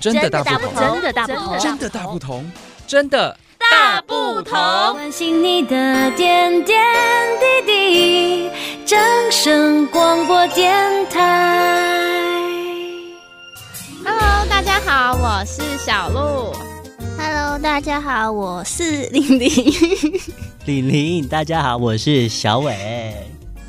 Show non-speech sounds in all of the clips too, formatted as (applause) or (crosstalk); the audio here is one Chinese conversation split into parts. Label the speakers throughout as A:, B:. A: 真的大不
B: 不
A: 同，
B: 真的大不同，
A: 真的大不同，真的
B: 大不同。
C: 关心你的点点滴滴，掌声广播电台。
B: Hello，大家好，我是小鹿。
C: Hello，大家好，我是玲 (laughs) 玲。
D: 李玲，大家好，我是小伟。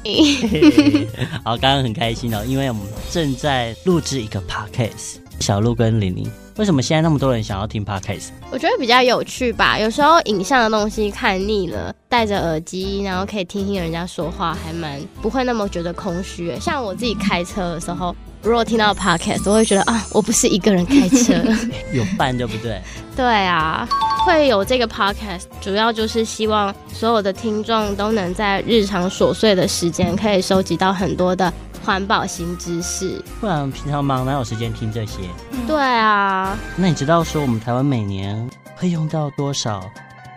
D: 嘿嘿好，刚刚很开心哦，因为我们正在录制一个 podcast。小鹿跟玲玲，为什么现在那么多人想要听 podcast？
B: 我觉得比较有趣吧，有时候影像的东西看腻了，戴着耳机，然后可以听听人家说话，还蛮不会那么觉得空虚耶。像我自己开车的时候，如果听到 podcast，我会觉得啊，我不是一个人开
C: (laughs)
B: 车。
D: 有伴对不对？
B: 对啊，会有这个 podcast，主要就是希望所有的听众都能在日常琐碎的时间，可以收集到很多的环保新知识。
D: 不然平常忙哪有时间听这些？
C: 嗯
B: 对啊，
D: 那你知道说我们台湾每年会用到多少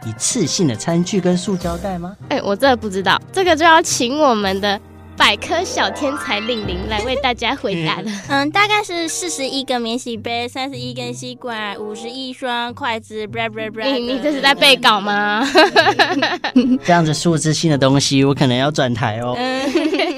D: 一次性的餐具跟塑胶袋吗？
B: 哎、我真的不知道，这个就要请我们的百科小天才令玲来为大家回答了。
E: 嗯，大概是四十一个免洗杯，三十一根吸管，五十一双筷子，bra bra
D: 嗯
E: bra 的。
B: (laughs) 你你这是在背稿吗？
D: 这样子数字性的东西，我可能要转台哦。
B: 嗯
D: (laughs)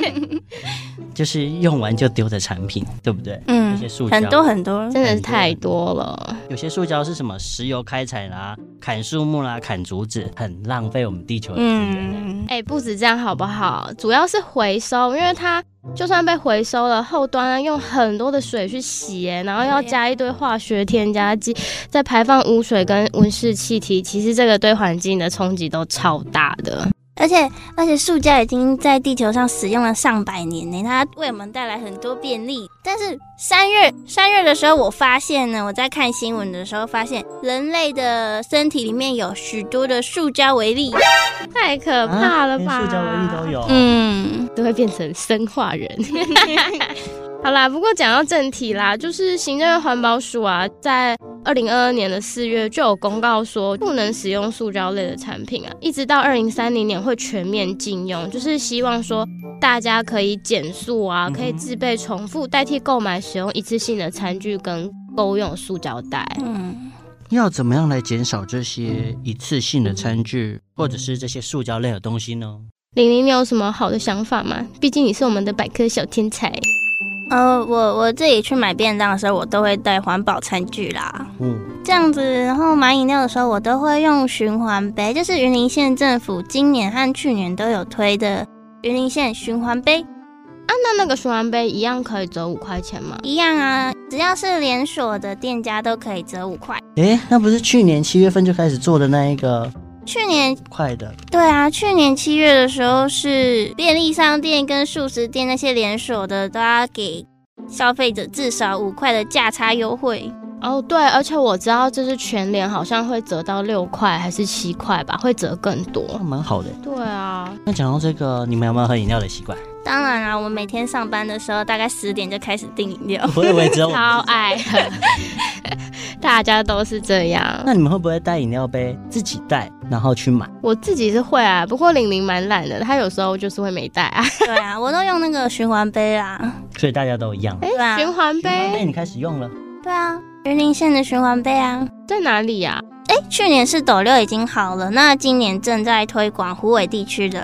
D: 就是用完就丢的产品，对不对？
E: 嗯
D: 有些塑胶
E: 很多很多。
B: 真的是太多了。
D: 有些塑胶是什么石油开采啦、砍树木啦、砍竹子，很浪费我们地球的资源。
E: 嗯，
B: 哎、不止这样好不好？主要是回收，因为它就算被回收了，后端啊用很多的水去洗、哎然后要加一堆化学添加剂，再排放污水跟温室气体，其实这个对环境的冲击都超大的。
E: 而且而且塑胶已经在地球上使用了上百年呢，它为我们带来很多便利。但是三月三月的时候，我发现呢，我在看新闻的时候发现，人类的身体里面有许多的塑胶微粒。
B: 太可怕了
D: 啊连
B: 吧！
D: 塑胶微粒都有。
E: 嗯，
B: 都会变成生化人。 (laughs) 好啦，不过讲到正题啦，就是行政院环保署啊，在二零二二年的四月就有公告说，不能使用塑胶类的产品啊，一直到二零三零年会全面禁用，就是希望说大家可以减速啊，可以自备重复代替购买使用一次性的餐具跟购用塑胶袋。
E: 嗯，
D: 要怎么样来减少这些一次性的餐
B: 嗯
D: 具，或者是这些塑胶类的东西呢？
B: 玲玲，你有什么好的想法吗？毕竟你是我们的百科小天才。啊
E: 呃，我我自己去买便当的时候，我都会带环保餐具啦。
D: 嗯，
E: 这样子，然后买饮料的时候，我都会用循环杯，就是云林县政府今年和去年都有推的云林县循环杯，
B: 那那个循环杯一样可以折五块钱吗？
E: 一样啊，只要是连锁的店家都可以折五块。
D: 诶，那不是去年七月份就开始做的那一个
E: 去年
D: 快的，
E: 对啊，去年七月的时候是便利商店跟素食店那些连锁的都要给消费者至少五块的价差优惠。
B: 哦，对，而且我知道这是全联，好像会折到六块还是七块吧，会折更
D: 哇，
B: 多。
D: 蛮好的。
B: 对啊，
D: 那讲到这个，你们有没有喝饮料的习
B: (laughs)
D: 惯？
E: 当然啊啦、我们每天上班的时候大概十点就开始订饮料。
D: 我以为只有我们。
B: 超
E: (laughs)
B: 爱 (laughs) 喝，大家都是这样。
D: 那你们会不会带饮料杯自己带，然后去买？
B: 我自己是会啊，不过玲玲蛮懒的，她有时候就是会没带啊。
E: 对啊，我都用那个循环杯啊啦。
D: 所以大家都一样。
B: 哎、
E: 对啊
B: 循环
D: 哎、
B: 杯
D: 你开始用了，
E: 对啊，云林县的循环杯啊。
B: 在哪里呀、
E: 去年是斗六已经好了，那今年正在推广湖尾地区的。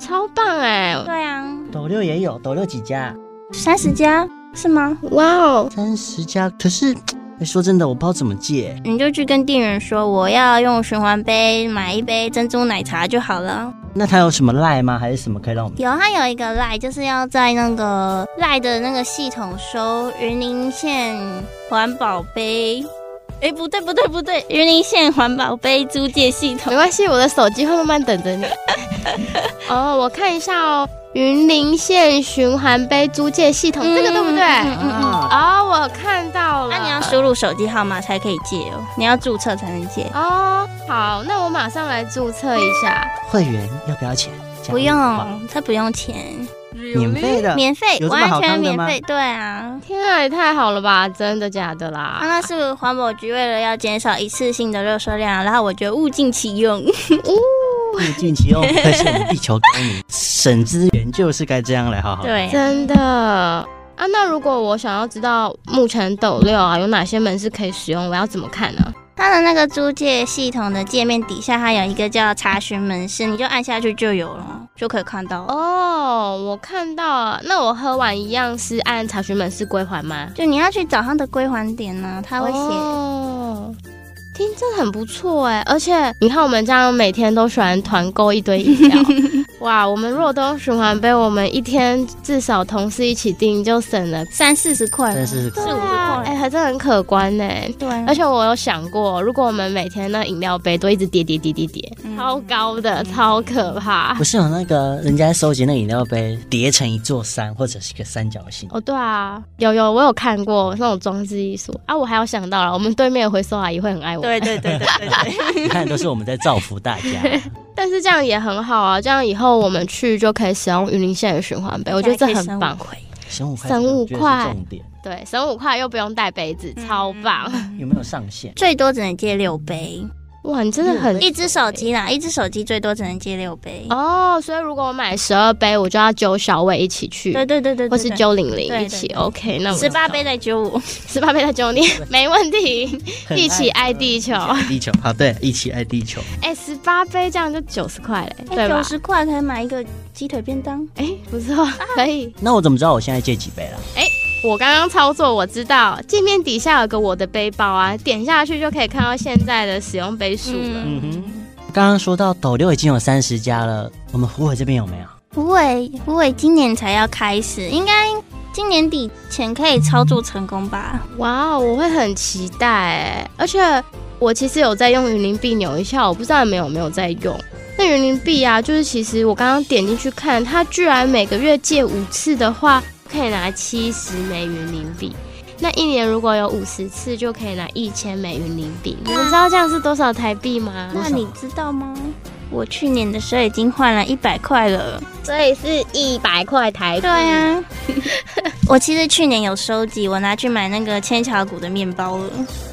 B: 超棒哎、
E: 对啊，
D: 斗六也有，斗六几家？
E: 三十家是吗？
B: 哇哦，
D: 三十家，可是、哎说真的，我不知道怎么借。
E: 你就去跟店员说我要用循环杯买一杯珍珠奶茶就好了。
D: 那它有什么赖吗？还是什么可以让我们？
E: 有，它有一个赖，就是要在那个赖的那个系统收云林县环保杯。哎，不对不对不对，云林县环保杯租借系统
B: 没。关系，我的手机会慢慢等着你。 (laughs) 哦，我看一下哦，云林县循环杯租借系统，这个对不对？
E: 嗯嗯嗯。
D: 啊，
B: 哦，我看到了。
E: 那、啊你要输入手机号码才可以借哦，你要注册才能借。
B: 哦，好，那我马上来注册一下。
D: 会员要不要钱？讲
E: 不
D: 一句话，
E: 用，它不用钱，
D: 免费的。
E: 免费，
D: 有这么好
E: 完全
D: 康的
E: 免
D: 吗
E: 费。对啊，
B: 天啊，也太好了吧！真的假的
E: 啊，
B: 啦？
E: 那是环保局为了要减少一次性的热塑量，然后我觉得物尽其用。
D: 物尽其用，可是我们地球公民，省资源就是该这样来好好。，
E: 对，
B: 真的，啊，那如果我想要知道木城斗六啊有哪些门是可以使用，我要怎么看呢？
E: 它的那个租借系统的界面底下，它有一个叫查询门市，你就按下去就有了，就可以看到了。
B: 哦，我看到了，那我喝完一样是按查询门市归还吗？
E: 就你要去找它的归还点呢、它会写。
B: 哦，听这很不错哎，而且你看我们这样每天都喜欢团购一堆饮料， (laughs) 哇，我们若都循环杯，我们一天至少同事一起订就省了。
E: 三四十块，
D: 但是
E: 四五十
B: 啊哎、
E: 块，
B: 还真的很可观呢。
E: 对啊，
B: 而且我有想过，如果我们每天那饮料杯都一直叠叠叠叠叠，
E: 嗯
B: 超高的，超可怕
D: 不。是有那个人家收集那个饮料杯叠成一座山或者是一个三角形？
B: 哦，对啊，有有，我有看过那种装置艺术啊。我还有想到了，我们对面的回收阿姨会很爱我，
E: 对对对对对对。
D: 你看都是我们在造福大家。
B: (laughs) 但是这样也很好啊。这样以后我们去就可以使用云林县的循环杯，我觉得这很棒。
D: 省五块，
B: 省五
D: 我觉得是
B: 块
D: 重点
B: 对，省五块又不用带杯子，
E: 嗯
B: 超棒！
D: 有没有上限？
E: 最多只能借六杯，
B: (laughs) 哇，你真的很
E: 一只手机啦，一只手机最多只能借六杯。
B: 嗯哦。所以如果我买十二杯，我就要揪小伟一起去，
E: 对对对对，
B: 或是
E: 九
B: 揪玲玲
E: 对
B: 一起。
E: 对对
B: OK，那我们
E: 十八杯再揪五，
B: 十八杯再揪你，没问题。一起爱地球，
D: 地球啊，对，一起爱地球。
B: 哎，十八杯这样就九十块嘞，对吧
E: 哎九？十啊块可以买一个鸡腿便当。
B: 哎，不错，可以。
D: 那我怎么知道我现在借几杯了？
B: 我刚刚操作，我知道界面底下有个我的背包啊，点下去就可以看到现在的使用杯数了。
E: 嗯，
D: 哼，刚刚说到斗六已经有三十家了，我们虎尾这边有没有？
E: 不会不会，今年才要开始，应该今年底前可以操作成功吧？
B: 哇哦，我会很期待欸，而且我其实有在用云林币扭一下，我不知道你们有没有在用。那云林币啊，就是其实我刚刚点进去看，它居然每个月借五次的话，可以拿七十枚云林币。那一年如果有五十次，就可以拿一千枚云林币。你们知道这样是多少台币吗？
E: 那你知道吗？我去年的时候已经换了一百块了。
B: 所以是一百块台币。
E: 对啊， (laughs) 我其实去年有收集，我拿去买那个千桥谷的面包了。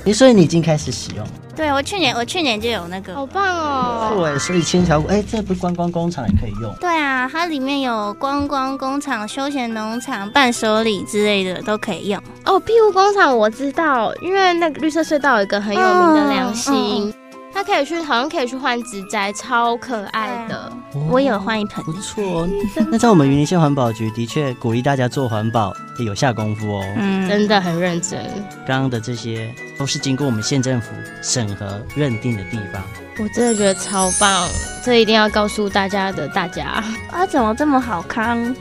D: 诶，所以你已经开始使用。
E: 对，我去年我去年就有那个。
B: 好棒哦！
D: 对，所以千桥谷，哎，这不是观光工厂也可以用。
E: 对啊，它里面有观光工厂、休闲农场、伴手礼之类的都可以用。
B: 哦，庇护工厂我知道，因为那个绿色隧道有一个很有名的
E: 嗯
B: 良心，它可以去，好像可以去换植栽，超可爱
E: 啊
B: 的。
E: 我有换一盆，
D: 不错哦。那在我们云林县环保局的确鼓励大家做环保，也有下功夫哦。
E: 嗯，
B: 真的很认真，
D: 刚刚的这些都是经过我们县政府审核认定的地方。
B: 我真的觉得超棒，这一定要告诉大家的，大家
E: 啊，怎么这么好康？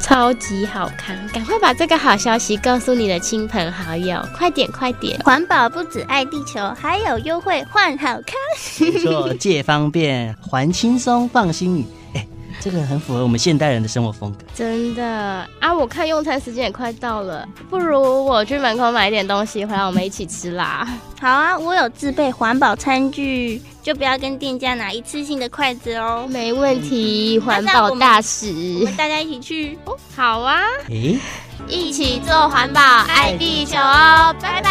B: 超级好看，赶快把这个好消息告诉你的亲朋好友，快点快点！
E: 环保不只爱地球，还有优惠换好康。
D: 没错，借方便，还轻松，放心雨。哎，这个很符合我们现代人的生活风格。
B: 真的啊，我看用餐时间也快到了，不如我去门口买一点东西回来，我们一起吃啦。 (laughs)
E: 好啊，我有自备环保餐具，就不要跟店家拿一次性的筷子哦。
B: 没问题，环
E: 那我
B: 保
E: 们
B: 大
E: 我
B: 使。
E: 们大家一起去，
B: 好啊，
D: 哎，
B: 一起做环保，爱地球哦，拜拜。